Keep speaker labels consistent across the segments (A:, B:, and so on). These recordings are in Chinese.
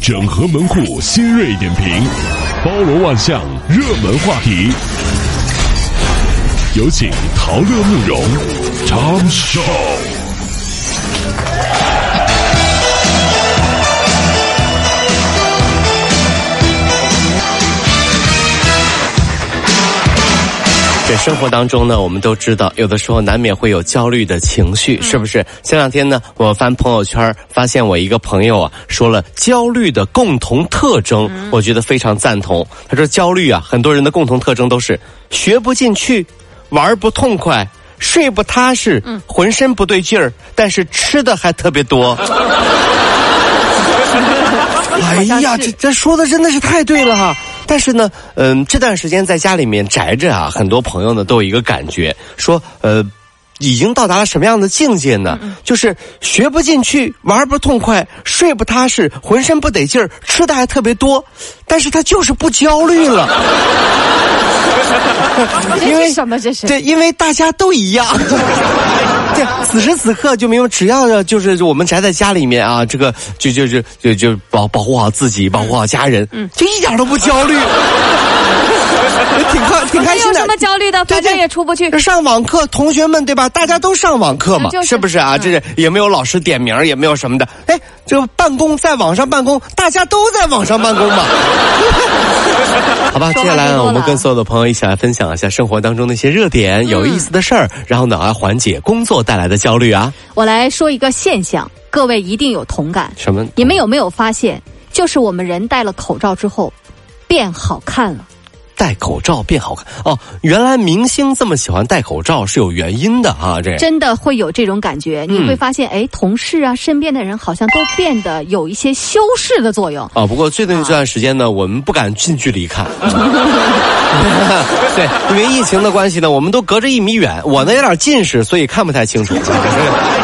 A: 整合门户新锐点评，包罗万象，热门话题。有请陶乐慕容长寿。
B: 对生活当中呢，我们都知道，有的时候难免会有焦虑的情绪，是不是？前两天呢，我翻朋友圈儿，发现我一个朋友啊，说了焦虑的共同特征，我觉得非常赞同。他说，焦虑啊，很多人的共同特征都是学不进去，玩不痛快。睡不踏实，浑身不对劲儿，但是吃的还特别多。哎呀，这这说的真的是太对了哈！但是呢，嗯、这段时间在家里面宅着啊，很多朋友呢都有一个感觉，说呃，已经到达了什么样的境界呢？
C: 嗯
B: 就是学不进去，玩不痛快，睡不踏实，浑身不得劲儿，吃的还特别多，但是他就是不焦虑了。因
C: 这
B: 为
C: 是什么？这是
B: 对，因为大家都一样。对，此时此刻就明白，只要就是我们宅在家里面啊，这个就就就就就保保护好自己，保护好家人，
C: 嗯
B: 就一点都不焦虑， 挺开挺开
C: 没
B: 心
C: 有
B: 的
C: 什。么焦虑的，
B: 对
C: 反正
B: 对
C: 也出不去。
B: 上网课，同学们对吧？大家都上网课嘛，
C: 嗯就是
B: 不是啊？这是也没有老师点名儿，也没有什么的。哎，这办公在网上办公，大家都在网上办公 嘛。好吧，接
C: 说
B: 下
C: 话
B: 来
C: 太
B: 呢，
C: 多
B: 我们
C: 了
B: 跟所有的朋友一起来分享一下生活当中的一些热点、有意思的事儿，
C: 嗯
B: 然后呢，来缓解工作带来的焦虑啊。
C: 我来说一个现象，各位一定有同感。
B: 什么？
C: 你们有没有发现，就是我们人戴了口罩之后，变好看了？
B: 戴口罩变好看哦？原来明星这么喜欢戴口罩是有原因的啊，这
C: 真的会有这种感觉，你
B: 嗯
C: 会发现，哎，同事啊，身边的人好像都变得有一些修饰的作用。
B: 啊、不过最近这段时间呢，我们不敢近距离 看。对，因为疫情的关系呢，我们都隔着一米远，我呢有点近视，所以看不太清楚。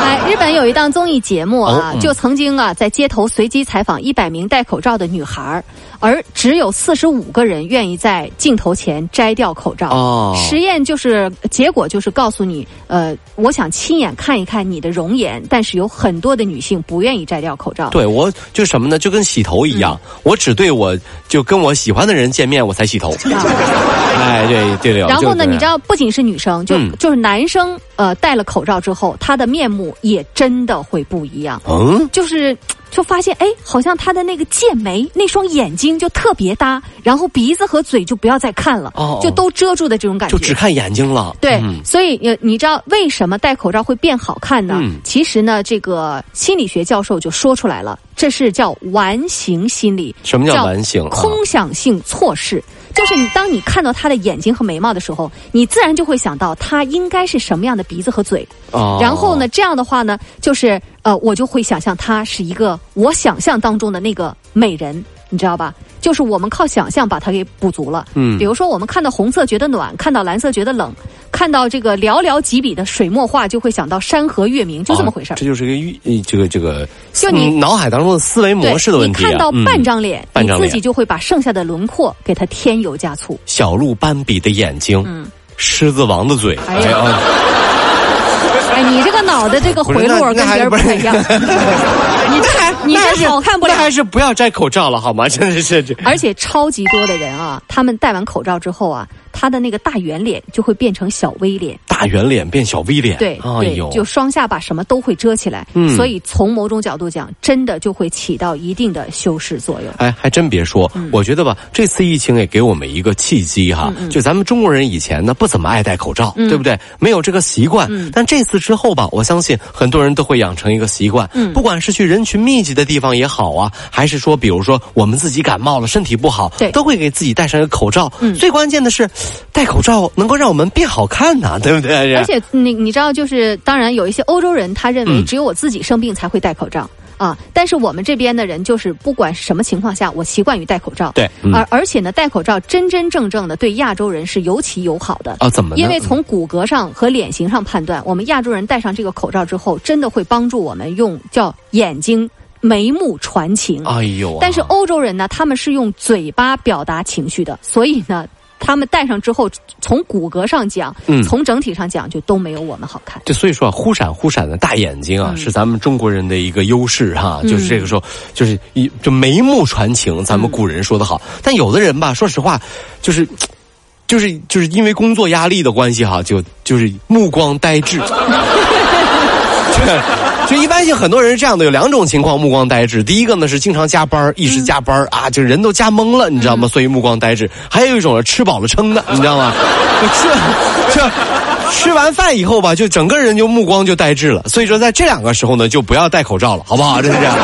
C: 哎，日本有一档综艺节目啊
B: 哦，嗯
C: 就曾经啊在街头随机采访一百名戴口罩的女孩儿，而只有四十五个人愿意在镜头前摘掉口罩。
B: 哦
C: 实验就是结果就是告诉你，呃，我想亲眼看一看你的容颜，但是有很多的女性不愿意摘掉口罩。
B: 对我就什么呢？就跟洗头一样，
C: 嗯
B: 我只对我就跟我喜欢的人见面我才洗 头。
C: 啊
B: 哎，对对了。
C: 然
B: 就是
C: 后
B: 这
C: 呢，
B: 样
C: 你知道，不仅是女生，就、
B: 嗯
C: 就是男生，呃，戴了口罩之后，他的面目也真的会不一样。
B: 嗯，
C: 就是就发现，哎，好像他的那个剑眉、那双眼睛就特别搭，然后鼻子和嘴就不要再看了，
B: 哦哦
C: 就都遮住的这种感觉。
B: 就只看眼睛了。
C: 对，
B: 嗯
C: 所以你你知道为什么戴口罩会变好看呢？
B: 嗯
C: 其实呢，这个心理学教授就说出来了，这是叫完形心理。
B: 什么叫完形啊
C: 空想性错视，就是你当你看到他的眼睛和眉毛的时候，你自然就会想到他应该是什么样的鼻子和嘴。
B: 哦
C: 然后呢，这样的话呢，就是呃，我就会想象她是一个我想象当中的那个美人，你知道吧？就是我们靠想象把它给补足了。
B: 嗯
C: 比如说我们看到红色觉得暖，看到蓝色觉得冷，看到这个寥寥几笔的水墨画，就会想到山河月明，就这么回事
B: 哦
C: 儿。
B: 这就是一个预呃这个这个，
C: 就你
B: 嗯脑海当中的思维
C: 对
B: 模式的问题、啊。
C: 你看到
B: 嗯
C: 半张脸，
B: 半
C: 你
B: 张
C: 自
B: 脸
C: 己就会把剩下的轮廓给它添油加醋。
B: 小鹿斑比的眼睛，狮子王的嘴，
C: 嗯哎呀
B: 啊
C: 哎，你这个脑袋这个
B: 不
C: 回
B: 是
C: 路
B: 那那
C: 儿跟
B: 还
C: 别人不
B: 不是
C: 太一样，你这还你
B: 那还
C: 这
B: 是
C: 好看不了
B: 那。还是不要摘口罩了好吗？真的是 这。
C: 而且超级多的人啊，他们戴完口罩之后啊，他的那个大圆脸就会变成小 V 脸，
B: 大圆脸变小 V 脸，
C: 对、
B: 哎
C: 对
B: 呦，，
C: 就双下巴什么都会遮起来，
B: 嗯
C: 所以从某种角度讲，真的就会起到一定的修饰作用。
B: 哎，还真别说，
C: 嗯
B: 我觉得吧，这次疫情也给我们一个契机哈。
C: 嗯
B: 就咱们中国人以前呢不怎么爱戴口罩，对不对？没有这个习惯。
C: 嗯
B: 但这次之后吧，我相信很多人都会养成一个习惯，
C: 嗯
B: 不管是去人群密集的地方也好啊，还是说比如说我们自己感冒了，身体不好，
C: 对嗯
B: 都会给自己戴上一个口罩。最关键的是，戴口罩能够让我们变好看呐、对不对？
C: 而且你你知道，就是当然有一些欧洲人，他认为
B: 嗯
C: 只有我自己生病才会戴口罩。啊！但是我们这边的人就是不管什么情况下，我习惯于戴口罩。
B: 对嗯
C: 而而且呢，戴口罩真真正正的对亚洲人是尤其友好的。
B: 啊，怎么呢？
C: 因为从骨骼上和脸型上判断，我们亚洲人戴上这个口罩之后，真的会帮助我们用叫眼睛、眉目传情。
B: 哎呦啊、
C: 但是欧洲人呢，他们是用嘴巴表达情绪的，所以呢，他们戴上之后，从骨骼上讲，
B: 嗯
C: 从整体上讲，就都没有我们好看。
B: 对，所以说啊，忽闪忽闪的大眼睛啊，是咱们中国人的一个优势哈、就是这个时候，就是一就眉目传情，咱们古人说的好。但有的人吧，说实话，就是。就是就是因为工作压力的关系哈，就就是目光呆滞， 就一般性很多人是这样的，有两种情况目光呆滞。第一个呢是经常加班儿，一直
C: 嗯
B: 加班儿、啊，就人都加懵了，你知道吗？所以目光呆滞。还有一种是吃饱了撑的，你知道 吗？这这。吃完饭以后吧，就整个人就目光就呆滞了，所以说在这两个时候呢，就不要戴口罩了，好不好？这是这样，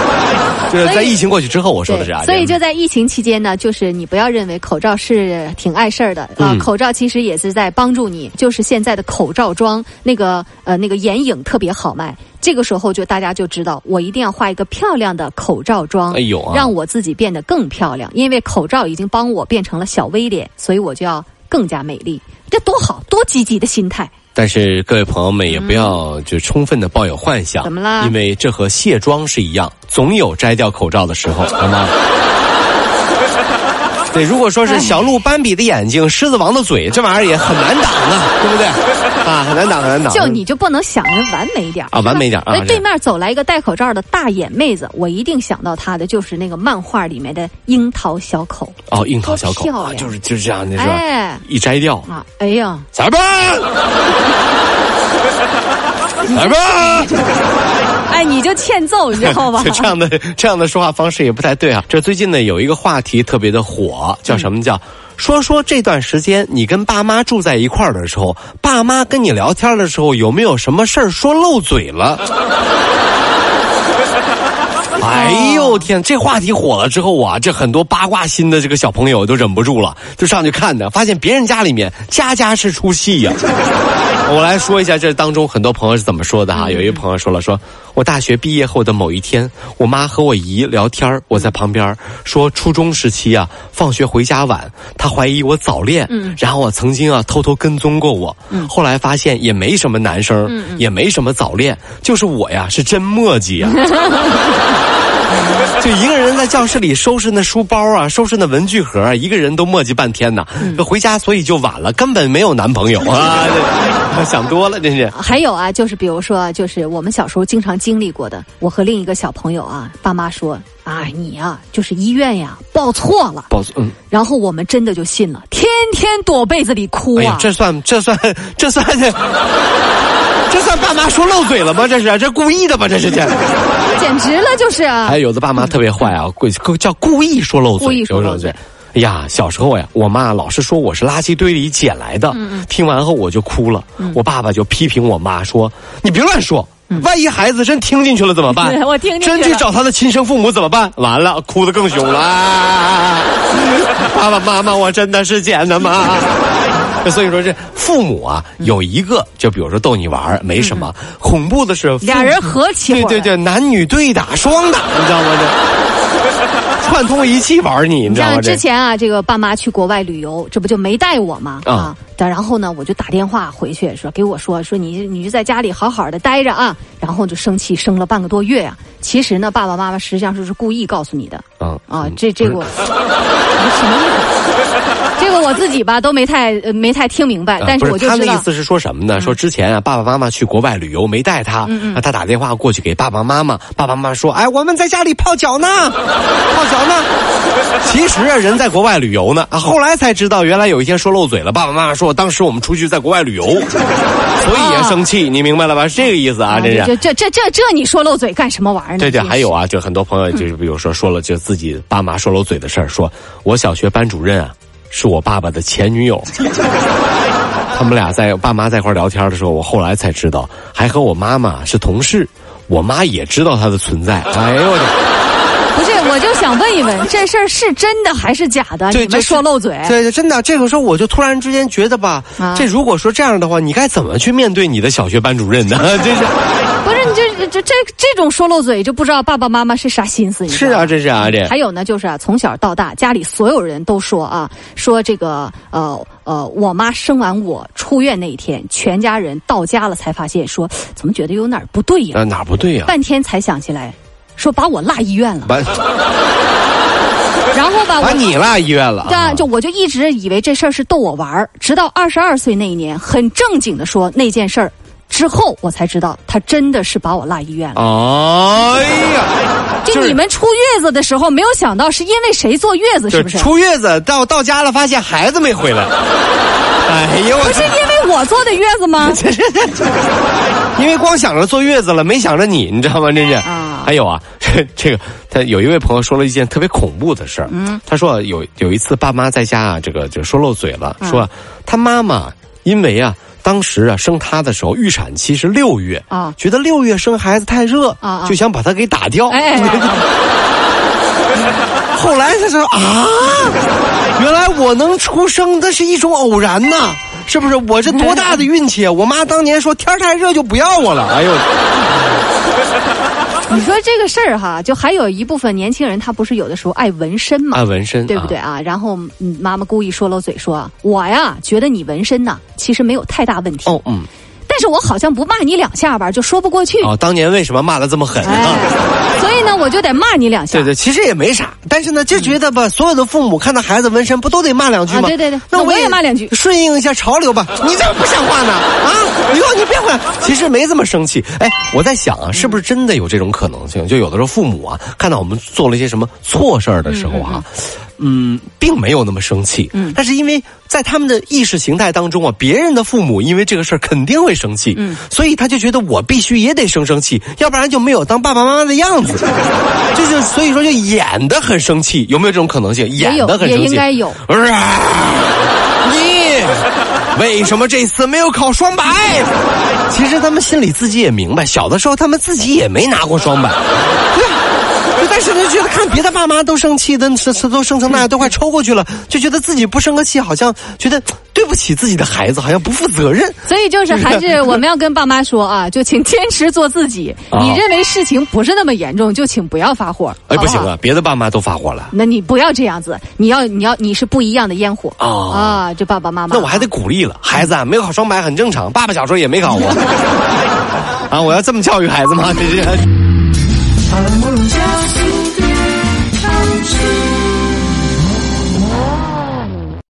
B: 就是在疫情过去之后，我说的是啊，
C: 所以
B: 这
C: 就在疫情期间呢，就是你不要认为口罩是挺碍事儿的啊、
B: 嗯
C: 口罩其实也是在帮助你。就是现在的口罩装那个呃那个眼影特别好卖，这个时候就大家就知道，我一定要画一个漂亮的口罩妆，
B: 哎呦啊
C: 让我自己变得更漂亮，因为口罩已经帮我变成了小威廉，所以我就要更加美丽，这多好，多积极的心态。
B: 但是各位朋友们也不要就充分的抱有幻想，
C: 嗯怎么啦
B: 因为这和卸妆是一样，总有摘掉口罩的时 候，好吗？对，如果说
C: 哎
B: 是小鹿斑比的眼睛、狮子王的嘴，这玩意儿也很难挡 啊，对不对？啊，很难挡，很难挡。
C: 就你就不能想着完美点儿
B: 啊
C: 是吧
B: 完美点儿啊
C: 哎
B: 这
C: 对面走来一个戴口罩的大眼妹子，我一定想到她的就是那个漫画里面的樱桃小口
B: 哦，樱桃小口
C: 多漂
B: 啊
C: 亮，
B: 就是就是这样，你说、
C: 哎
B: 一摘掉，
C: 啊！哎呀，
B: 咋 办？咋办？
C: 哎，你就欠揍，你知道吧
B: 就？这样的这样的说话方式也不太对啊。这最近呢有一个话题特别的火，叫什么叫？说说这段时间你跟爸妈住在一块儿的时候，爸妈跟你聊天的时候有没有什么事儿说漏嘴了？哎呦天！这话题火了之后啊，这很多八卦心的这个小朋友都忍不住了，就上去看的，发现别人家里面家家是出戏呀、 我来说一下这当中很多朋友是怎么说的哈、有一位朋友说了说，我大学毕业后的某一天，我妈和我姨聊天儿我在旁边儿说，初中时期啊，放学回家晚，她怀疑我早恋，然后我曾经啊偷偷跟踪过我，后来发现也没什么男生，也没什么早恋，就是我呀是真墨迹呀、就一个人在教室里收拾那书包啊，收拾那文具盒啊，一个人都磨叽半天呢。回家所以就晚了，根本没有男朋友 啊！这想多了，真是。
C: 还有啊，就是比如说，就是我们小时候经常经历过的，我和另一个小朋友啊，爸妈说啊，你啊，就是医院呀报错了，
B: 保嗯，
C: 然后我们真的就信了，天天躲被子里哭
B: 哎
C: 啊
B: 呀，，这算这算这算这，这算爸妈说漏嘴了吗？这是这故意的吧？这是 这。哎
C: 简直了，就是啊。
B: 还有有的爸妈特别坏啊，故故叫故意说漏嘴，
C: 故意说漏
B: 有
C: 嘴
B: 一种是。哎呀，小时候呀，我妈老是说我是垃圾堆里捡来的，
C: 嗯
B: 听完后我就哭了。我爸爸就批评我妈说：“你别乱说，万一孩子真听进去了怎么办？
C: 嗯 我听进去
B: 真
C: 了
B: 去找他的亲生父母怎么办？完了，哭得更凶了。 啊爸爸妈妈，我真的是捡的吗？”所以说，这父母啊，有一个就比如说逗你玩儿没什么，恐怖的是父
C: 嗯俩人合起伙
B: 对
C: 来
B: 对对，男女对打、双打，你知道吗？这 串通一气玩你，你知道吗？
C: 像
B: 这
C: 之前啊，这个爸妈去国外旅游，这不就没带我吗？
B: 啊
C: 啊，但然后呢，我就打电话回去说，给我说说你你就在家里好好的待着啊，然后就生气，生了半个多月啊。其实呢，爸爸妈妈实际上是故意告诉你的
B: 嗯
C: 啊，这这个我什么意思？ 这个我自己吧都没太呃没太听明白，
B: 啊
C: 但
B: 不
C: 是我就
B: 他
C: 知
B: 的意
C: 道。嗯
B: 思是说什么呢？说之前啊，爸爸妈妈去国外旅游没带他，那他打电话过去给爸爸妈妈，爸爸妈妈说：“哎，我们在家里泡脚呢，泡脚呢。”其实啊，人在国外旅游呢，啊，后来才知道原来有一天说漏嘴了。爸爸妈妈说，当时我们出去在国外旅游，所以也生气，你明白了吧？是这个意思啊，真是。
C: 这这这这这你说漏嘴干什么玩意儿呢？
B: 对对，
C: 真是
B: 还有啊，就很多朋友就是比如说说了就自己爸妈说漏嘴的事儿，说我小学班主任啊是我爸爸的前女友。 他们俩在爸妈在一块儿聊天的时候，我后来才知道，还和我妈妈是同事，我妈也知道他的存在。哎呦我的！
C: 不是，我就想问一问，这事儿是真的还是假的？
B: 对
C: 你们
B: 这是
C: 说漏嘴，
B: 对对，真的，这个时候我就突然之间觉得吧，
C: 啊
B: 这如果说这样的话，你该怎么去面对你的小学班主任呢？ 真是。
C: 不是你这这这这种说漏嘴，就不知道爸爸妈妈是啥心思。你知
B: 是
C: 道吗
B: 啊，。这是啊，这
C: 还有呢，就是啊，从小到大，家里所有人都说啊，说这个呃呃，我妈生完我出院那一天，全家人到家了才发现说，怎么觉得有哪儿不对呀、
B: 啊哪儿不对呀、
C: 半天才想起来，说把我落医院了。
B: 完，
C: 然后吧，我
B: 把你啊拉医院了。
C: 但就我就一直以为这事儿是逗我玩儿，直到二十二岁那一年，很正经的说那件事儿之后，我才知道他真的是把我拉医院了。
B: 哎呀，
C: 就你们出月子的时候，没有想到是因为谁坐月子，是
B: 就
C: 不
B: 是
C: 是？
B: 出月子到到家了，发现孩子没 回来。哎呦
C: 不
B: 我
C: 是
B: 天，
C: 因为我坐的月子 吗？
B: 因为光想着坐月子了，没想着你，你知道吗？真是。
C: 啊
B: 还有啊， 这这个他有一位朋友说了一件特别恐怖的事儿。嗯，他说有有一次爸妈在家啊，这个就说漏嘴了，
C: 嗯
B: 说他妈妈因为啊。当时啊，生他的时候预产期是六月
C: 啊
B: 觉得六月生孩子太热
C: 啊啊
B: 就想把他给打掉。
C: 哎，
B: 后来他说啊，原来我能出生，那是一种偶然呐、是不是？我这多大的运气啊！我妈当年说天儿太热就不要我了。哎呦，
C: 你说这个事儿哈，就还有一部分年轻人，他不是有的时候爱纹身吗？
B: 按纹身，
C: 对不对？啊？然后嗯妈妈故意说漏嘴说，我呀觉得你纹身呐、其实没有太大问题，
B: 哦，嗯，
C: 但是我好像不骂你两下吧，就说不过去。
B: 哦，当年为什么骂的这么狠啊？
C: 哎，所以呢，我就得骂你两下。嗯
B: 对对，其实也没啥，但是呢，就觉得吧，所有的父母看到孩子纹身，不都得骂两句吗？
C: 啊对对对那我也骂两句
B: 顺应一下潮流吧。你这不像话呢啊！以后你别管，其实没这么生气。哎，我在想
C: 嗯
B: 啊，是不是真的有这种可能性？就有的时候父母啊，看到我们做了一些什么错事儿的时候
C: 嗯
B: 啊。嗯，并没有那么生气，嗯，但是因为在他们的意识形态当中啊，别人的父母因为这个事儿肯定会生气，嗯，所以他就觉得我必须也得生生气，要不然就没有当爸爸妈妈的样 子，就是所以说就演的很生气，有没有这种可能性？演的很生气，
C: 也应 该有
B: 啊你为什么这次没有考双百？其实他们心里自己也明白，小的时候他们自己也没拿过双百。对但是呢，觉得看别的爸妈都生气的，都都都生成那样，都快抽过去了，就觉得自己不生个气，好像觉得对不起自己的孩子，好像不负责任。
C: 所以就是还是我们要跟爸妈说啊， 就请坚持做自己。
B: 哦
C: 你认为事情不是那么严重，就请不要发火，
B: 哎，
C: 好
B: 不
C: 不
B: 行
C: 好？
B: 啊，别的爸妈都发火了，
C: 那你不要这样子，你要你要你是不一样的烟火、
B: 哦
C: 啊！这爸爸妈妈，
B: 那我还得鼓励了。孩子啊，没有考 双百很正常，爸爸小时候也没考过。啊，我要这么教育孩子吗？这是。